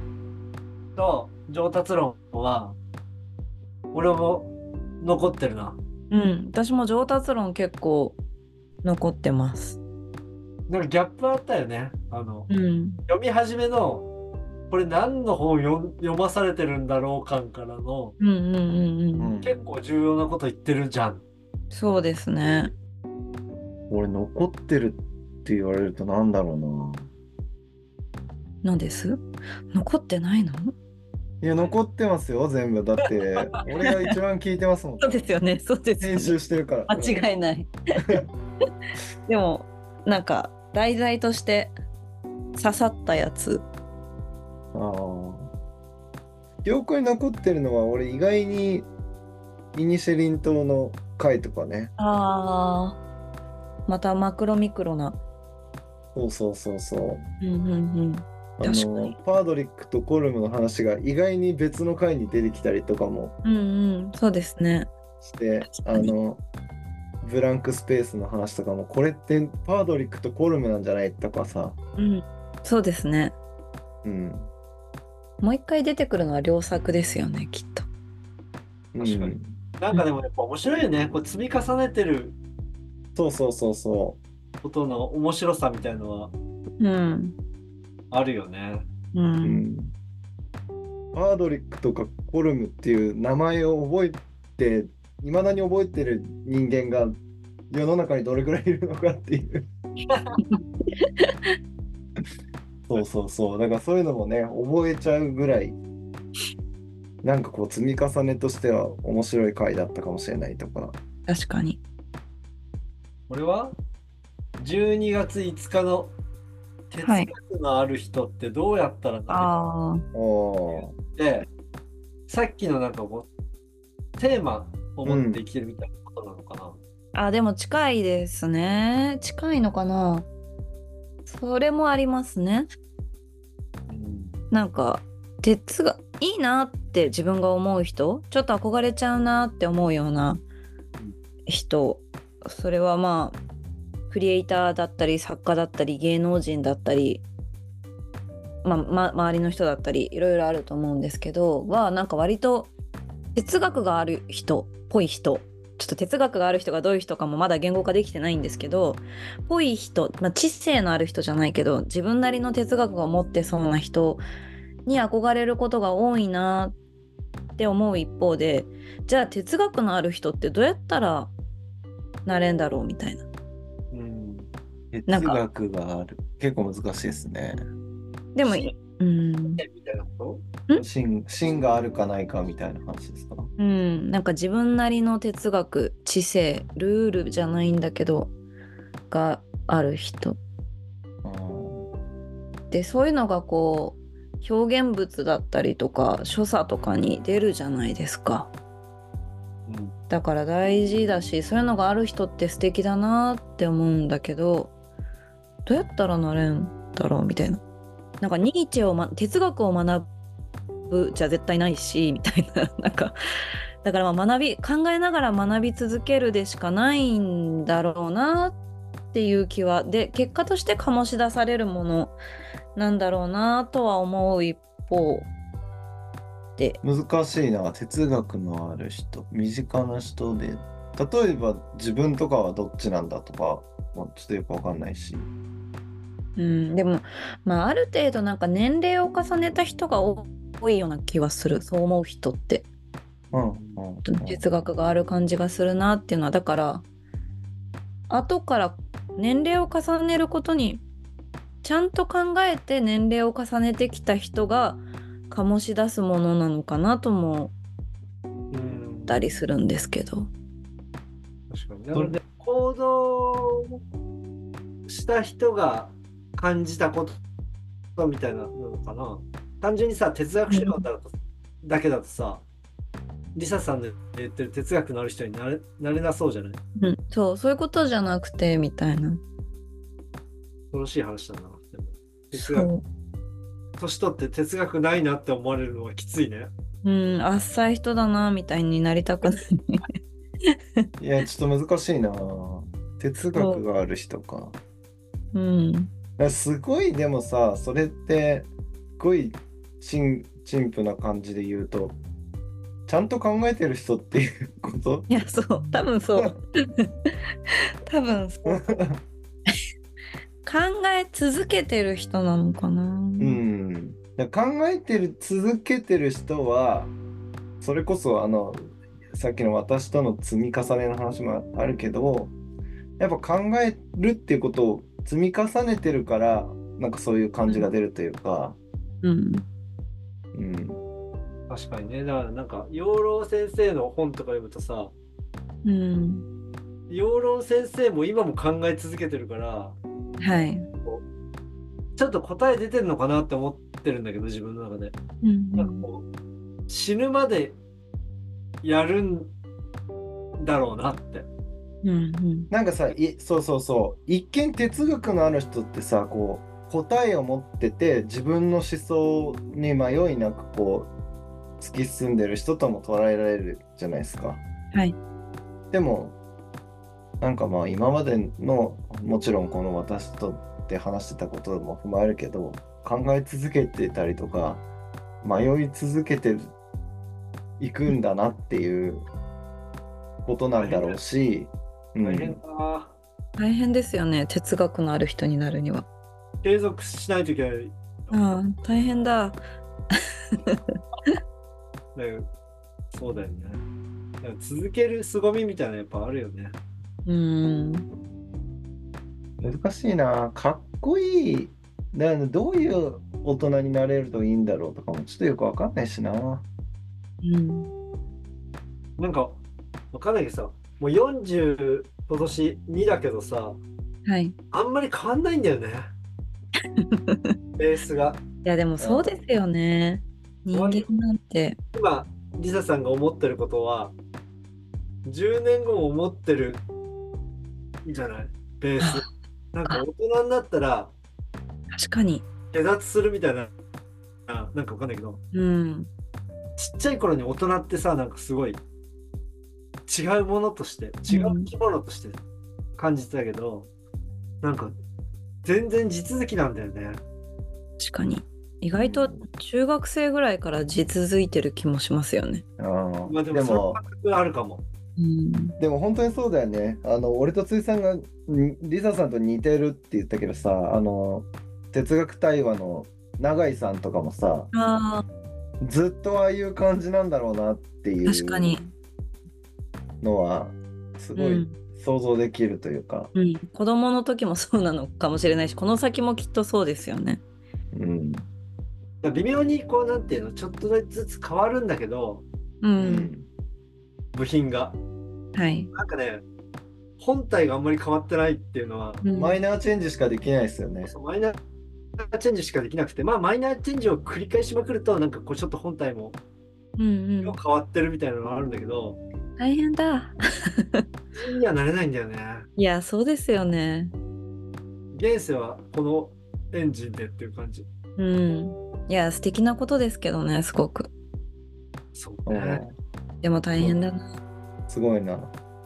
[SPEAKER 3] と上達論は俺も残ってるな
[SPEAKER 2] うん私も上達論結構残ってます
[SPEAKER 3] なんかギャップあったよねあの
[SPEAKER 2] うん
[SPEAKER 3] 読み始めのこれ何の本読読まされてるんだろう感からの
[SPEAKER 2] うんうんうんうん、
[SPEAKER 3] 結構重要なこと言ってるじゃん
[SPEAKER 2] そうですね
[SPEAKER 1] 俺残ってるって言われるとなんだろうな。
[SPEAKER 2] なんです残ってないの
[SPEAKER 1] いや残ってますよ全部だって俺が一番聞いてますもん
[SPEAKER 2] そうですよねそうですよね
[SPEAKER 1] 編集してるから。
[SPEAKER 2] 間違いない でもなんか題材として刺さったやつ
[SPEAKER 1] ああ。記憶に残ってるのは、俺意外にイニシェリン島の回とかね。
[SPEAKER 2] あーまたマクロミクロな
[SPEAKER 1] そうそうそうそう。
[SPEAKER 2] うんうん
[SPEAKER 1] あ
[SPEAKER 2] 確か
[SPEAKER 1] の
[SPEAKER 2] に、
[SPEAKER 1] パードリックとコルムの話が意外に別の回に出てきたりとかも
[SPEAKER 2] うんうんうんそうですね
[SPEAKER 1] して、
[SPEAKER 2] 確
[SPEAKER 1] あ
[SPEAKER 2] かに
[SPEAKER 1] の、ブランクスペースの話とかも、これってパードリックとコルムなんじゃないとかさ。
[SPEAKER 2] うんそうですね
[SPEAKER 1] うん。
[SPEAKER 2] もう一回出てくるのは良作ですよね、きっと。
[SPEAKER 3] 確かになんかでもやっぱ面白いよね。こう積み重ねてる
[SPEAKER 1] そうそうそうそ
[SPEAKER 3] ことの面白さみたいのは
[SPEAKER 2] うん。
[SPEAKER 3] あるよね。
[SPEAKER 2] う。
[SPEAKER 1] う。うんん。パードリックとかコルムっていう名前を覚えて、いまだに覚えてる人間が世の中にどれくらいいるのかっていう。そうそうそう。だからそういうのもね、覚えちゃうぐらい、なんかこう積み重ねとしては面白い回だったかもしれないとか。
[SPEAKER 2] 確かに。
[SPEAKER 3] 俺は12月5日の哲
[SPEAKER 2] はい
[SPEAKER 3] 学のある人ってどうやったらな
[SPEAKER 2] ああ。
[SPEAKER 1] お
[SPEAKER 3] って、さっきのなんかこうテーマを持って生きてるみたいなことなのかな。
[SPEAKER 2] あ、でも近いですね。近いのかな。それもありますね。なんか、鉄がいいなって自分が思う人、ちょっと憧れちゃうなって思うような人、それはまあ、クリエイターだったり、作家だったり、芸能人だったり、まあ、ま、周りの人だったりいろいろあると思うんですけどはなんか割と哲学がある人っぽい人ちょっと哲学がある人がどういう人かもまだ言語化できてないんですけどぽい人、まあ、知性のある人じゃないけど自分なりの哲学を持ってそうな人に憧れることが多いなって思う一方でじゃあ哲学のある人ってどうやったらなれんだろうみたいな。
[SPEAKER 3] うんうん
[SPEAKER 2] な
[SPEAKER 1] 哲
[SPEAKER 2] んか
[SPEAKER 1] 学がある。結構難しいですね。
[SPEAKER 2] でも
[SPEAKER 3] 信
[SPEAKER 2] うん
[SPEAKER 3] みたいなこ
[SPEAKER 1] 芯芯があるかないかみたいな話ですか
[SPEAKER 2] うん、なんか自分なりの哲学知性ルールじゃないんだけどがある人
[SPEAKER 1] うん
[SPEAKER 2] でそういうのがこう表現物だったりとか所作とかに出るじゃないですか
[SPEAKER 3] と、うん
[SPEAKER 2] だから大事だしそういうのがある人って素敵だなって思うんだけどどうやったらなれんだろうみたいななんかニーチェを、ま、哲学を学ぶじゃ絶対ないしみたいな なんかだからまあ学び考えながら学び続けるでしかないんだろうなっていう気はで結果として醸し出されるものなんだろうなとは思う一方で
[SPEAKER 1] 難しいな哲学のある人身近な人で例えば自分とかはどっちなんだとか、まあ、ちょっとよくわかんないし
[SPEAKER 2] うん、でも、まあ、ある程度なんか年齢を重ねた人が多いような気はするそう思う人って
[SPEAKER 1] うんうん
[SPEAKER 2] 哲学がある感じがするなっていうのはだから後から年齢を重ねることにちゃんと考えて年齢を重ねてきた人が醸し出すものなのかなとも思
[SPEAKER 3] うん
[SPEAKER 2] ったりするんですけど。
[SPEAKER 3] 確かに。だからね行動した人が感じたことみたいなのかな。単純にさ、哲学者だと、だけだとさ、リサさんで言ってる哲学のある人になれなれなそうじゃない
[SPEAKER 2] うん、そうそういうことじゃなくてみたいな
[SPEAKER 3] 恐ろしい話だな。でも哲
[SPEAKER 2] そ
[SPEAKER 3] 学
[SPEAKER 2] う、
[SPEAKER 3] 年取って哲学ないなって思われるのはきついね。
[SPEAKER 2] うん、あっさい人だなみたいになりたく ない
[SPEAKER 1] いやちょっと難しいな哲学がある人か
[SPEAKER 2] うん
[SPEAKER 1] いやすごいでもさそれってすごいちん陳腐な感じで言うとちゃんと考えてる人っていうこと
[SPEAKER 2] いやそう多分そう多分そう考え続けてる人なのかな、
[SPEAKER 1] うん、だから考えてる続けてる人はそれこそあのさっきの私との積み重ねの話もあるけどやっぱ考えるっていうことを積み重ねてるからなんかそういう感じが出るというか、
[SPEAKER 2] うん、
[SPEAKER 1] うん、
[SPEAKER 3] 確かにね。だからなんか、養老先生の本とか読むとさ、
[SPEAKER 2] うん、
[SPEAKER 3] 養老先生も今も考え続けてるから、
[SPEAKER 2] はい、
[SPEAKER 3] ちょっと答え出てるのかなって思ってるんだけど自分の中で、
[SPEAKER 2] うん
[SPEAKER 3] なんかこう死ぬまでやるんだろうなって
[SPEAKER 2] うん
[SPEAKER 1] なんかさいそうそうそう一見哲学のある人ってさこう答えを持ってて自分の思想に迷いなくこう突き進んでる人とも捉えられるじゃないですか。
[SPEAKER 2] はい
[SPEAKER 1] でもなんかまあ今までのもちろんこの私とって話してたことも踏まえるけど考え続けてたりとか迷い続けていくんだなっていうことなんだろうし、う
[SPEAKER 3] 大変
[SPEAKER 1] ん、
[SPEAKER 3] だな。
[SPEAKER 2] 大変ですよね哲学のある人になるには。
[SPEAKER 3] 継続しないといけない。
[SPEAKER 2] うん、大変だ。
[SPEAKER 3] だよそうだよね。だから続ける凄みみたいなのやっぱあるよね。
[SPEAKER 2] うん。
[SPEAKER 1] 難しいなかっこいいだからどういう大人になれるといいんだろうとかもちょっとよくわかんないしな
[SPEAKER 2] うん。
[SPEAKER 3] なんか、わかんないけどさ、もう40、今年2だけどさ、
[SPEAKER 2] はい。い
[SPEAKER 3] あんまり変わんないんだよね。ベースが。
[SPEAKER 2] や、でもそうですよね。人間なんて。
[SPEAKER 3] 今、リサさんが思ってることは、10年後も思ってるんじゃないベー ス。なんか大人になったら、
[SPEAKER 2] 確かに。
[SPEAKER 3] 下脱するみたいな、あなんかわかんないけど、
[SPEAKER 2] うん。
[SPEAKER 3] ちっちゃい頃に大人ってさ、なんかすごい、違うものとして、違う生き物として感じてたけど、なんか、全然地続きなんだよね。
[SPEAKER 2] 確かに。意外と中学生ぐらいから地続いてる気もしますよね。
[SPEAKER 1] あー
[SPEAKER 3] まあでも、その感覚はあるかも。
[SPEAKER 2] うん。
[SPEAKER 1] でも本当にそうだよね。あの俺と辻さんがにリサさんと似てるって言ったけどさ、あの哲学対話の永井さんとかもさ、
[SPEAKER 2] ああ、
[SPEAKER 1] ずっとああいう感じなんだろうなってい
[SPEAKER 2] 確かに
[SPEAKER 1] う。のはすご
[SPEAKER 2] う
[SPEAKER 1] い
[SPEAKER 2] ん
[SPEAKER 1] 想像できるというか、
[SPEAKER 2] うん、子供の時もそうなのかもしれないし、この先もきっとそうですよね。
[SPEAKER 1] うん、
[SPEAKER 3] だから微妙にこう、なんていうの、ちょっとずつ変わるんだけど、
[SPEAKER 2] う、
[SPEAKER 1] うん
[SPEAKER 3] 部品が。
[SPEAKER 2] はい。
[SPEAKER 3] なんかね、本体があんまり変わってないっていうのは、
[SPEAKER 2] うん
[SPEAKER 1] マイナーチェンジしかできないですよね。
[SPEAKER 3] そうマイナーチェンジしかできなくて、まあ、マイナーチェンジを繰り返しまくると、なんかこう、ちょっと本体も
[SPEAKER 2] うんう
[SPEAKER 3] 変
[SPEAKER 2] ん、
[SPEAKER 3] わってるみたいなのがあるんだけど、
[SPEAKER 2] 大変だ。
[SPEAKER 3] それにはなれないんだよね。
[SPEAKER 2] いや、そうですよね。
[SPEAKER 3] 現世はこのエンジンでっていう感じ。
[SPEAKER 2] うん。いや、素敵なことですけどね、すごく。
[SPEAKER 3] そうね。
[SPEAKER 2] でも大変だな。
[SPEAKER 1] うんすごいな。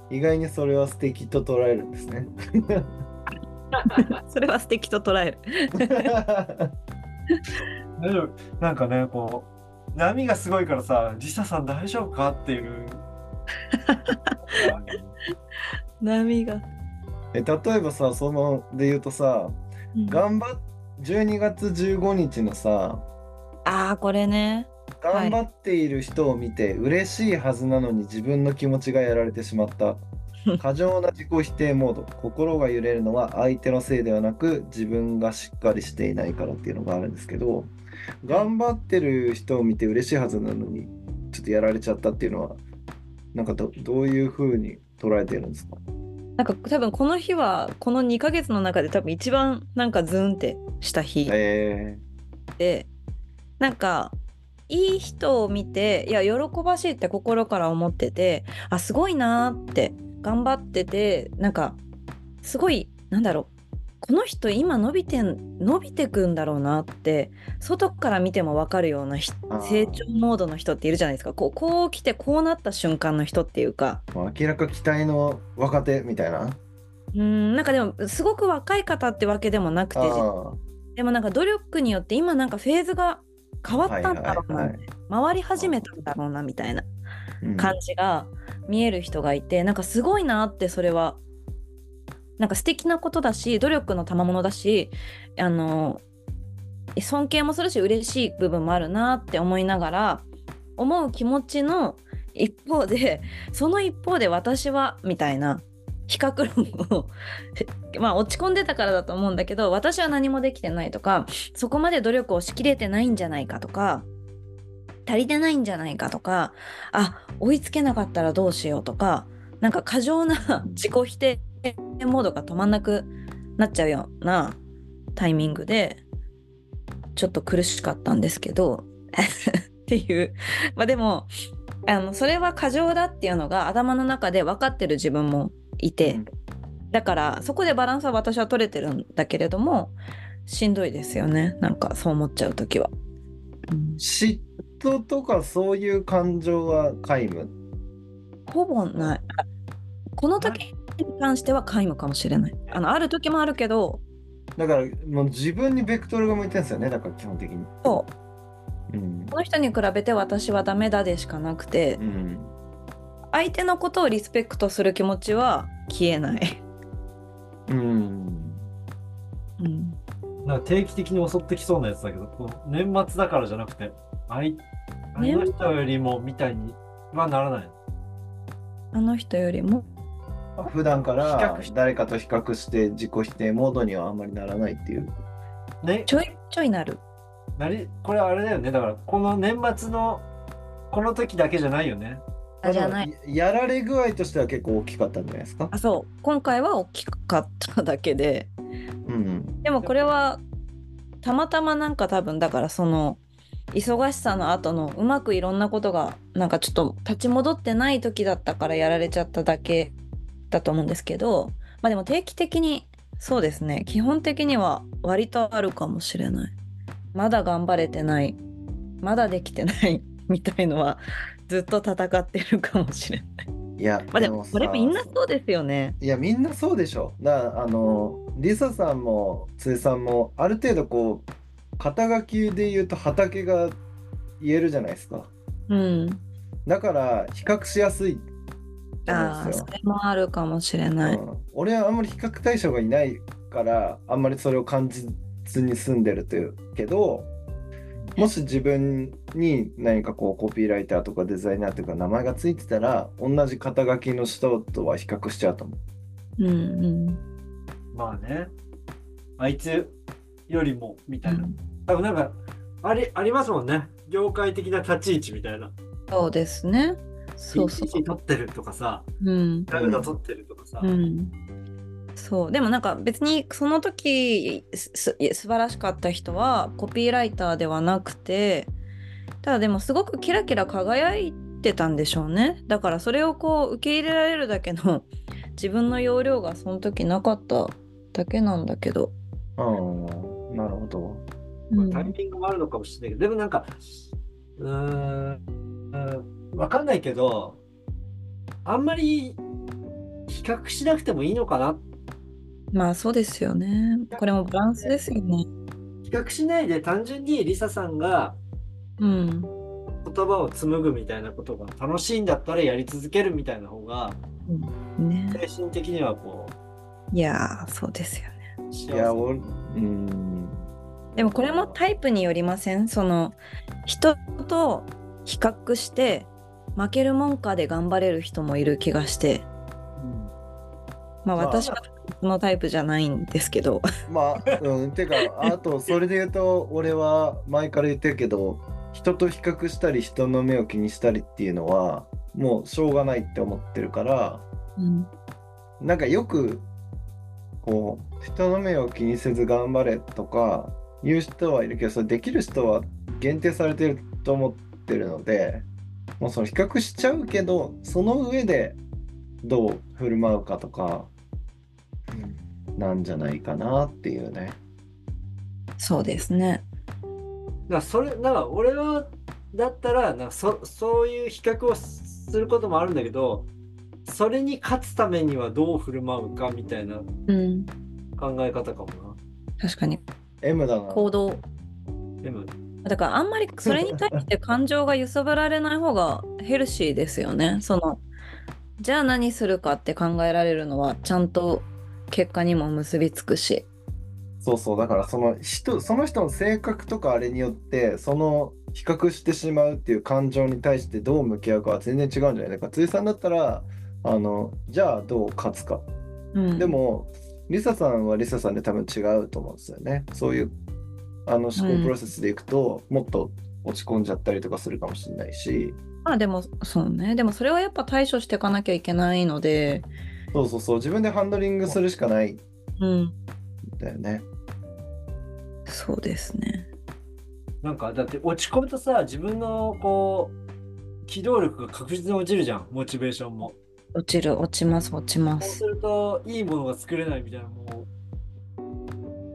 [SPEAKER 1] 意外にそれは素敵と捉えるんですね。
[SPEAKER 2] それは素敵と捉える。
[SPEAKER 3] 大丈夫。なんかね、こう、波がすごいからさ、リサさん大丈夫かって いう。
[SPEAKER 2] 波が。
[SPEAKER 1] え例えばさ、そので言うとさ、頑張っ12月15日のさ、
[SPEAKER 2] ああ、これね。
[SPEAKER 1] 頑張っている人を見て嬉しいはずなのに自分の気持ちがやられてしま った過剰な自己否定モード心が揺れるのは相手のせいではなく自分がしっかりしていないからっていうのがあるんですけど頑張ってる人を見て嬉しいはずなのにちょっとやられちゃったっていうのはなんかどどういうふうに捉えてるんですか
[SPEAKER 2] なんか多分この日はこの2ヶ月の中で多分一番なんかズンってした日で、
[SPEAKER 1] え
[SPEAKER 2] なんかいい人を見ていや喜ばしいって心から思っててあすごいなーって頑張っててなんかすごいなんだろうこの人今伸びてん伸びてくんだろうなって外から見ても分かるようなひ
[SPEAKER 1] あー
[SPEAKER 2] 成長モードの人っているじゃないですかこうこう来てこうなった瞬間の人っていうか。
[SPEAKER 1] ー、まあ明らか期待の若手みたいな
[SPEAKER 2] うんなんかでもすごく若い方ってわけでもなくて
[SPEAKER 1] あー
[SPEAKER 2] でもなんか努力によって今なんかフェーズが変わったんだろうな、
[SPEAKER 1] はいはいはい
[SPEAKER 2] 回り始めたんだろうなみたいな
[SPEAKER 1] うん
[SPEAKER 2] 感じが見える人がいて、なんかすごいなってそれはなんか素敵なことだし努力の賜物だしあの尊敬もするし嬉しい部分もあるなって思いながら思う気持ちの一方でその一方で私はみたいな比較論を まあ落ち込んでたからだと思うんだけど私は何もできてないとかそこまで努力をしきれてないんじゃないかとか足りてないんじゃないかとかあ追いつけなかったらどうしようとかなんか過 剰な自己否定モードが止まんなくなっちゃうようなタイミングでちょっと苦しかったんですけど っていうまあでもあのそれは過剰だっていうのが頭の中で分かってる自分もいて、
[SPEAKER 1] うん
[SPEAKER 2] だからそこでバランスは私は取れてるんだけれどもしんどいですよねなんかそう思っちゃう時は。うん
[SPEAKER 1] 嫉妬とかそういう感情は皆無
[SPEAKER 2] ほぼない。あこの時に関しては皆無かもしれない。あのある時もあるけど、
[SPEAKER 1] だからもう自分にベクトルが向いてるんですよねだから基本的に
[SPEAKER 2] そう
[SPEAKER 1] うん
[SPEAKER 2] この人に比べて私はダメだでしかなくて
[SPEAKER 1] うん
[SPEAKER 2] 相手のことをリスペクトする気持ちは消えない、
[SPEAKER 1] うん
[SPEAKER 2] うん、
[SPEAKER 3] なんか定期的に襲ってきそうなやつだけど、こう年末だからじゃなくて、あいあ
[SPEAKER 2] 年
[SPEAKER 3] の
[SPEAKER 2] 末
[SPEAKER 3] 人よりもみたいにはならない。
[SPEAKER 2] あの人よりも
[SPEAKER 1] 普段か
[SPEAKER 3] 比
[SPEAKER 1] ら
[SPEAKER 3] 較し
[SPEAKER 1] 誰かと比較して自己否定モードにはあんまりならないっていう。
[SPEAKER 3] ね、
[SPEAKER 2] ちょいちょいなる
[SPEAKER 3] なりこれあれだよね。だから、この年末のこの時だけじゃないよね。
[SPEAKER 2] あじゃない
[SPEAKER 1] やられ具合としては結構大きかったんじゃないですか
[SPEAKER 2] あ。そう今回は大きかっただけで
[SPEAKER 1] うん。
[SPEAKER 2] でもこれはたまたまなんか多分だからその忙しさの後のうまくいろんなことがなんかちょっと立ち戻ってない時だったからやられちゃっただけだと思うんですけどまあでも定期的にそうですね基本的には割とあるかもしれないまだ頑張れてないまだできてない みたいのはずっと戦ってるかもしれない
[SPEAKER 1] いや、
[SPEAKER 2] まあでも
[SPEAKER 1] さ
[SPEAKER 2] これみんなそうですよね
[SPEAKER 1] いやみんなそうでしょだからあのリサさんもつえさんもある程度こう肩書きで言うと畑が言えるじゃないですか
[SPEAKER 2] うん
[SPEAKER 1] だから比較しやすいと思
[SPEAKER 2] あ
[SPEAKER 1] うん
[SPEAKER 2] あ
[SPEAKER 1] です
[SPEAKER 2] そ
[SPEAKER 1] よ、
[SPEAKER 2] れもあるかもしれない、
[SPEAKER 1] うん俺はあんまり比較対象がいないからあんまりそれを感じずに住んでるというけどもし自分に何かこうコピーライターとかデザイナーというか名前がついてたら同じ肩書きの人とは比較しちゃうと思う
[SPEAKER 2] うんうん
[SPEAKER 3] まあね。あいつよりもみたいな。多分なんか、ありありますもんね。業界的な立ち位置みたいな。
[SPEAKER 2] そうですね。そうそ
[SPEAKER 3] 一位
[SPEAKER 2] う。
[SPEAKER 3] 取ってるとかさ、
[SPEAKER 2] うん。
[SPEAKER 3] ラグダ取ってるとかさ。
[SPEAKER 2] うん。そう。でもなんか別にその時すす素晴らしかった人はコピーライターではなくて、ただでもすごくキラキラ輝いてたんでしょうね。だからそれをこう受け入れられるだけの 自分の容量がその時なかっただけなんだけど。
[SPEAKER 1] うんなるほど
[SPEAKER 3] まあタイミングもあるのかもしれないけど、でもなんか、うーん、うんわかんないけど、あんまり比較しなくてもいいのかな。
[SPEAKER 2] まあそうですよね。これもバランスですよね。
[SPEAKER 3] 比較しないで単純にリサさんが
[SPEAKER 2] うん。
[SPEAKER 3] 言葉を紡ぐみたいなことが楽しいんだったらやり続けるみたいな方が、
[SPEAKER 2] ね。
[SPEAKER 3] 精神的にはこ
[SPEAKER 2] いやーそうですよね。
[SPEAKER 3] う、幸
[SPEAKER 1] いや俺うん
[SPEAKER 2] でもこれもタイプによりませんその人と比較して負けるもんかで頑張れる人もいる気がして
[SPEAKER 3] うん
[SPEAKER 2] まあ
[SPEAKER 1] まあ
[SPEAKER 2] 私はそのタイプじゃないんですけど
[SPEAKER 1] まあ、うん、てか、あと、それで言うと、俺は前から言ってるけど、人と比較したり、人の目を気にしたりっていうのは、もうしょうがないって思ってるから、
[SPEAKER 2] うん
[SPEAKER 1] なんかよく、こう、人の目を気にせず頑張れとか言う人はいるけど、それできる人は限定されてると思ってるので、もうその比較しちゃうけど、その上でどう振る舞うかとか、なんじゃないかなっていうね。
[SPEAKER 2] そうですね
[SPEAKER 3] なんかそれなんか俺はだったらなんかそそういう比較をすることもあるんだけどそれに勝つためにはどう振る舞うかみたいな
[SPEAKER 2] うん
[SPEAKER 3] 考え方かもな。
[SPEAKER 2] 確かに
[SPEAKER 1] M だな。
[SPEAKER 2] 行動
[SPEAKER 3] でも
[SPEAKER 2] だからあんまりそれに対して感情が揺さぶられない方がヘルシーですよねそのじゃあ何するかって考えられるのはちゃんと結果にも結びつくし
[SPEAKER 1] そうそうだからその人その人の性格とかあれによってその比較してしまうっていう感情に対してどう向き合うかは全然違うんじゃないだから辻さんだったらあのじゃあどう勝つか
[SPEAKER 2] うん
[SPEAKER 1] でもリサさんはリサさんで多分違うと思うんですよねそういうあの思考プロセスでいくと、もっと落ち込んじゃったりとかするかもしれないし
[SPEAKER 2] まあでもそうねでもそれはやっぱ対処していかなきゃいけないので
[SPEAKER 1] そうそうそう自分でハンドリングするしかないん
[SPEAKER 2] うん
[SPEAKER 1] だよね
[SPEAKER 2] そうですね
[SPEAKER 3] なんかだって落ち込むとさ自分のこう機動力が確実に落ちるじゃんモチベーションも。
[SPEAKER 2] 落ちる落ちます落ちま
[SPEAKER 3] そう
[SPEAKER 2] す
[SPEAKER 3] するといいものが作れないみたいなも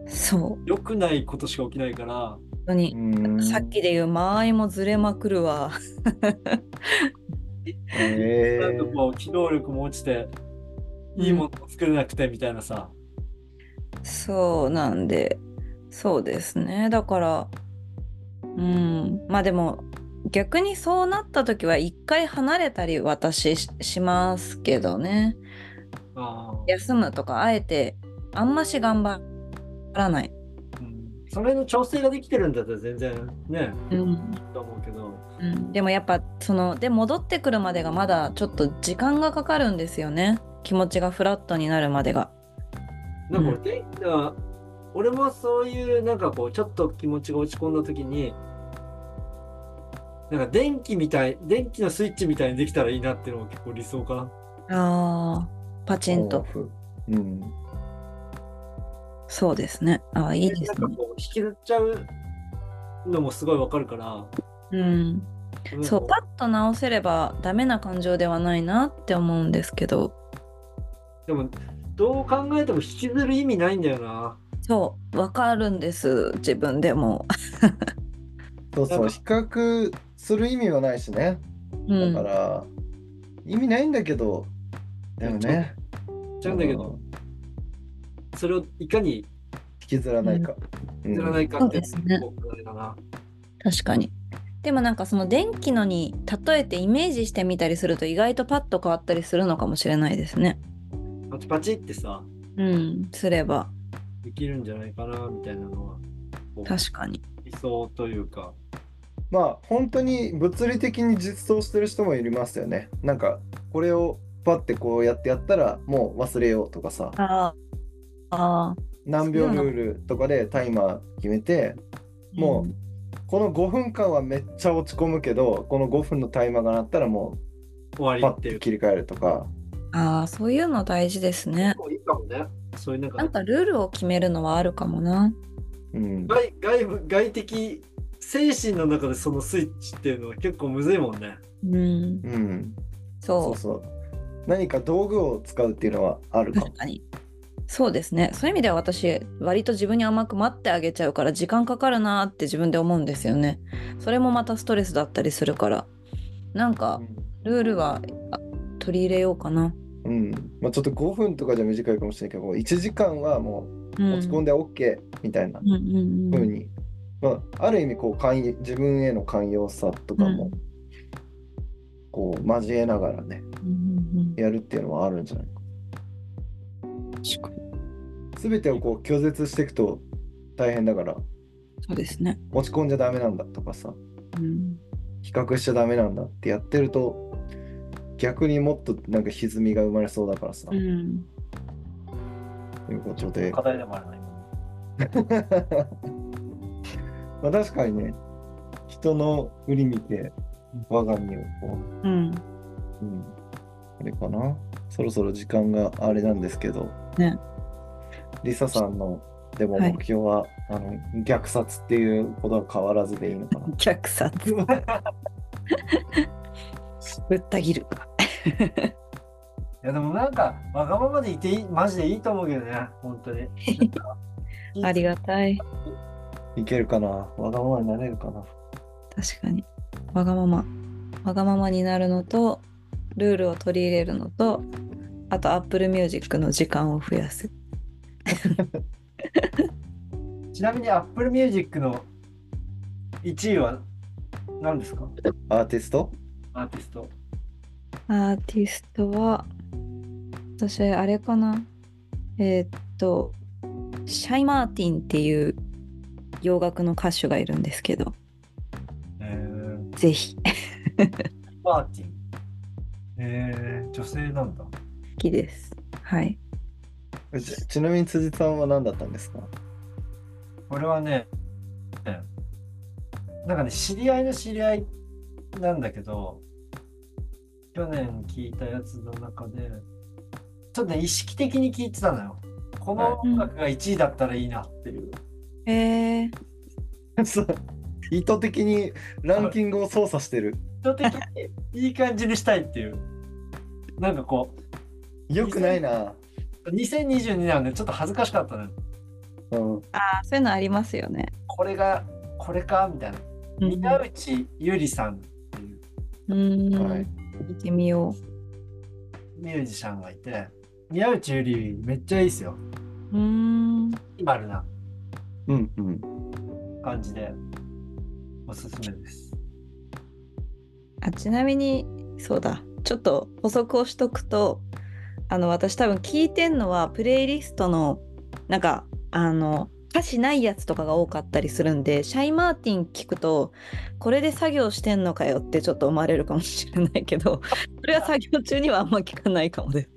[SPEAKER 2] そう
[SPEAKER 3] う良くないことしか起きないから
[SPEAKER 2] 本当に
[SPEAKER 1] うん
[SPEAKER 2] さっきで言う間合いもずれまくるわ
[SPEAKER 1] え
[SPEAKER 3] なんか
[SPEAKER 1] ー
[SPEAKER 3] こう機動力も落ちていいものも作れなくてみたいなさ。
[SPEAKER 2] そうなんでそうですねだからうん、まあでも逆にそうなった時は一回離れたり私ししますけどね
[SPEAKER 3] ああ、
[SPEAKER 2] 休むとかあえてあんまし頑張らない、
[SPEAKER 3] うんその辺の調整ができてるんだったら全然ね、
[SPEAKER 2] うん
[SPEAKER 3] と思うけど。
[SPEAKER 2] でもやっぱそので戻ってくるまでがまだちょっと時間がかかるんですよね気持ちがフラットになるまでが
[SPEAKER 3] なんか俺、だから俺もそういうなんかこうちょっと気持ちが落ち込んだ時になんか電気みたい電気のスイッチみたいにできたらいいなっていうのが結構理想かな。
[SPEAKER 2] あーパチン
[SPEAKER 1] オ
[SPEAKER 2] と
[SPEAKER 1] フうん。
[SPEAKER 2] そうですねあーいいです
[SPEAKER 3] なん
[SPEAKER 2] ね
[SPEAKER 3] かこう引きずっちゃうのもすごいわかるから。
[SPEAKER 2] うんそう
[SPEAKER 3] なんか
[SPEAKER 2] パッと直せればダメな感情ではないなって思うんですけど
[SPEAKER 3] でもどう考えても引きずる意味ないんだよな。
[SPEAKER 2] そうわかるんです自分でも、
[SPEAKER 1] そうそ
[SPEAKER 3] なん
[SPEAKER 1] う、
[SPEAKER 3] か
[SPEAKER 1] 比較する意味はないしね。
[SPEAKER 2] う
[SPEAKER 1] だ
[SPEAKER 2] ん、
[SPEAKER 1] から、意味ないんだけど、だよね。
[SPEAKER 3] ちゃうんだけど、
[SPEAKER 1] うん
[SPEAKER 3] それをいかに
[SPEAKER 1] 引きずらないか。。
[SPEAKER 3] 引きずらないいかって
[SPEAKER 2] うんそうですね
[SPEAKER 3] こうあれだな。
[SPEAKER 2] 確かにでもなんかその電気のに例えてイメージしてみたりすると意外とパッと変わったりするのかもしれないですね
[SPEAKER 3] パチパチってさ
[SPEAKER 2] うんすれば
[SPEAKER 3] できるんじゃないかなみたいなのはこう
[SPEAKER 2] 確かに
[SPEAKER 3] 理想というか。
[SPEAKER 1] まあ、本当に物理的に実装してる人もいますよね。なんか、これをパッてこうやってやったら、もう忘れようとかさ、
[SPEAKER 2] ああ
[SPEAKER 1] 何秒ルールとかでタイマー決めて、もうこの5分間はめっちゃ落ち込むけど、この5分のタイマーが鳴ったらもう
[SPEAKER 3] 終
[SPEAKER 1] パ
[SPEAKER 3] わ
[SPEAKER 1] ッ
[SPEAKER 3] りってい
[SPEAKER 1] て
[SPEAKER 3] う。
[SPEAKER 1] 切り替えるとか。
[SPEAKER 2] ああそういうの大事ですね
[SPEAKER 3] いいかもね。そういうなんか
[SPEAKER 2] なんかルールを決めるのはあるかもな
[SPEAKER 1] うん、
[SPEAKER 3] 外外部外的精神の中でそのスイッチっていうのは結構むずいもんね。
[SPEAKER 2] うん
[SPEAKER 1] うん、
[SPEAKER 2] そ
[SPEAKER 1] そううそう。何か道具を使うっていうのはあるかも
[SPEAKER 2] 確。かにそうですねそういう意味では私割と自分に甘く待ってあげちゃうから時間かかるなーって自分で思うんですよねそれもまたストレスだったりするからなんかルールはあ取り入れようかな、
[SPEAKER 1] うん、まあ、ちょっと5分とかじゃ短いかもしれないけど、1時間はも
[SPEAKER 2] う、
[SPEAKER 1] うん落ち込んで OK みたいな
[SPEAKER 2] うんうんう
[SPEAKER 1] 風
[SPEAKER 2] ん
[SPEAKER 1] に、まあ、ある意味こう寛容自分への寛容さとかも、こう交えながらね、
[SPEAKER 2] うん
[SPEAKER 1] やるっていうのはあるんじゃないか。
[SPEAKER 2] うん確かに
[SPEAKER 1] 全てをこう拒絶していくと大変だから、
[SPEAKER 2] そうですね、
[SPEAKER 1] 落ち込んじゃダメなんだとかさ、
[SPEAKER 2] うん、
[SPEAKER 1] 比較しちゃダメなんだってやってると、逆にもっとなんか歪みが生まれそうだからさ、
[SPEAKER 2] うん
[SPEAKER 1] ということで。
[SPEAKER 3] 題でもあるな、今。
[SPEAKER 1] まあ確かにね、人の振り見て、我が身をこ
[SPEAKER 2] うん
[SPEAKER 1] う、うん、あれかな。そろそろ時間があれなんですけど、
[SPEAKER 2] ね
[SPEAKER 1] リサさんのでも
[SPEAKER 2] はい
[SPEAKER 1] 目標は、あの虐殺っていうことは変わらずでいいのか な。
[SPEAKER 2] 虐殺ぶった切る
[SPEAKER 3] いやでもなんか、わがままでいていい、マジでいいと思うけどね、本 当に。
[SPEAKER 2] ありがたい
[SPEAKER 1] いけるかなわがままになれるかな
[SPEAKER 2] 確かにわがままわがままになるのとルールを取り入れるのとあと Apple Music の時間を増やす
[SPEAKER 3] ちなみに Apple Music の1位は何ですか
[SPEAKER 1] アーティスト
[SPEAKER 3] アーティスト。
[SPEAKER 2] アーティストは私あれかなえーっとシャイ・マーティンっていう洋楽の歌手がいるんですけど
[SPEAKER 3] えー、
[SPEAKER 2] ぜひ好
[SPEAKER 3] マーティン。えー、女性なんだ。
[SPEAKER 2] きですはい
[SPEAKER 1] ちちなみに辻さんは何だったんですか
[SPEAKER 3] これはね、ねなんかね、知り合いの知り合いなんだけど、去年聞いたやつの中で、ちょっとね、意識的に聞いてたのよ。この音楽が1位だったらいいなっていう。
[SPEAKER 2] えー、
[SPEAKER 1] そう意図的にランキングを操作してる。
[SPEAKER 3] 意図的にいい感じにしたいっていう。なんかこ
[SPEAKER 1] よくないな。
[SPEAKER 3] う、2022年はね、ちょっと恥ずかしかったのよ。
[SPEAKER 1] うん、
[SPEAKER 2] あそういうのありますよね
[SPEAKER 3] これが、これかみたいな。宮内ゆりさんっていう
[SPEAKER 2] うん、
[SPEAKER 1] はい
[SPEAKER 2] 見てみよ
[SPEAKER 3] ミュージシャンがいて、宮内ゆりめっちゃいいですよ。
[SPEAKER 2] ううん
[SPEAKER 3] マルな。
[SPEAKER 1] うんうん
[SPEAKER 3] 感じで。おすすめです。
[SPEAKER 2] あちなみにそうだちょっと補足をしとくとあの私多分聞いてんのはプレイリストのなんかあの歌詞ないやつとかが多かったりするんでシャイ・マーティン聞くとこれで作業してんのかよってちょっと思われるかもしれないけ どそれは作業中にはあんま聞かないかもです。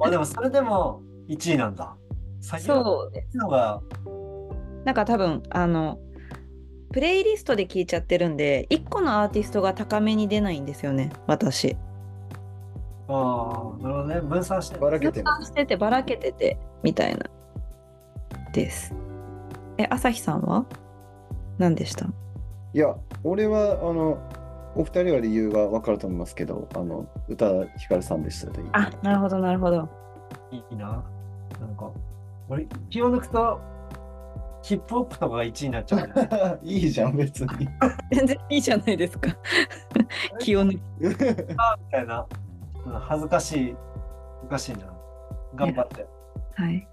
[SPEAKER 3] あでもそれでも1位なんだ。作業
[SPEAKER 2] そう
[SPEAKER 3] ってのが
[SPEAKER 2] なんか多分あのプレイリストで聞いちゃってるんで1個のアーティストが高めに出ないんですよね私。
[SPEAKER 3] ああ、なるほどね。分散して。
[SPEAKER 1] ばらけてる。
[SPEAKER 2] しててばらけててみたいなです。え朝日さんは何でした
[SPEAKER 1] いや、俺は、あの、お二人は理由がわかると思いますけど、あの、歌ひかるさんでしたね。
[SPEAKER 2] あなるほどなるほど。
[SPEAKER 3] いいな。なんか、俺、気を抜くと、ヒップホップとかが1位になっちゃうんだ よね。
[SPEAKER 1] いいじゃん、別に。
[SPEAKER 2] 全然いいじゃないで すか。気を抜き
[SPEAKER 3] あみたいな。うん恥ずかしい。恥ずかしいな。頑張って。
[SPEAKER 2] はい。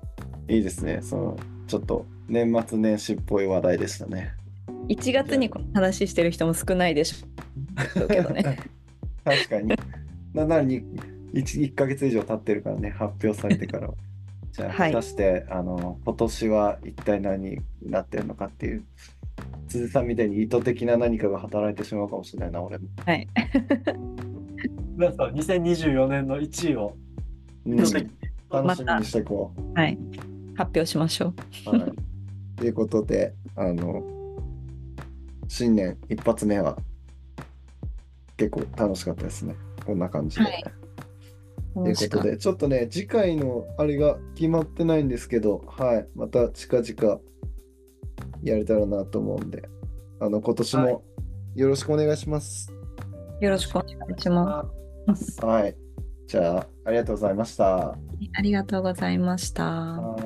[SPEAKER 1] いいですね。その、ちょっと、年末年始っぽい話題でしたね。
[SPEAKER 2] 1月にこの話してる人も少ないでしょうけどね。
[SPEAKER 1] 確かに。 ななのに1、1ヶ月以上経ってるからね、発表されて から。じゃあ、
[SPEAKER 2] はい
[SPEAKER 1] 果たして、あの、今年は一体何になってるのかっていう、辻さんみたいに意図的な何かが働いてしまうかもしれないな、俺も。
[SPEAKER 3] 皆さん、2024年の1位を。
[SPEAKER 1] うん
[SPEAKER 2] ま
[SPEAKER 1] 楽
[SPEAKER 2] た
[SPEAKER 1] しみにしていこう。
[SPEAKER 2] はい。発表しましょう。
[SPEAKER 1] はい、ということで、あの、新年一発目は結構楽しかったですね。こんな感じで。
[SPEAKER 2] はい
[SPEAKER 1] ということで、ちょっとね、次回のあれが決まってないんですけど、はい、また近々やれたらなと思うんで、あの、今年
[SPEAKER 3] はい
[SPEAKER 1] もよろしくお願いします。
[SPEAKER 2] よろしくお願いします。
[SPEAKER 1] はい、じゃあ、ありがとうございました。
[SPEAKER 2] ありがとうございました。
[SPEAKER 1] は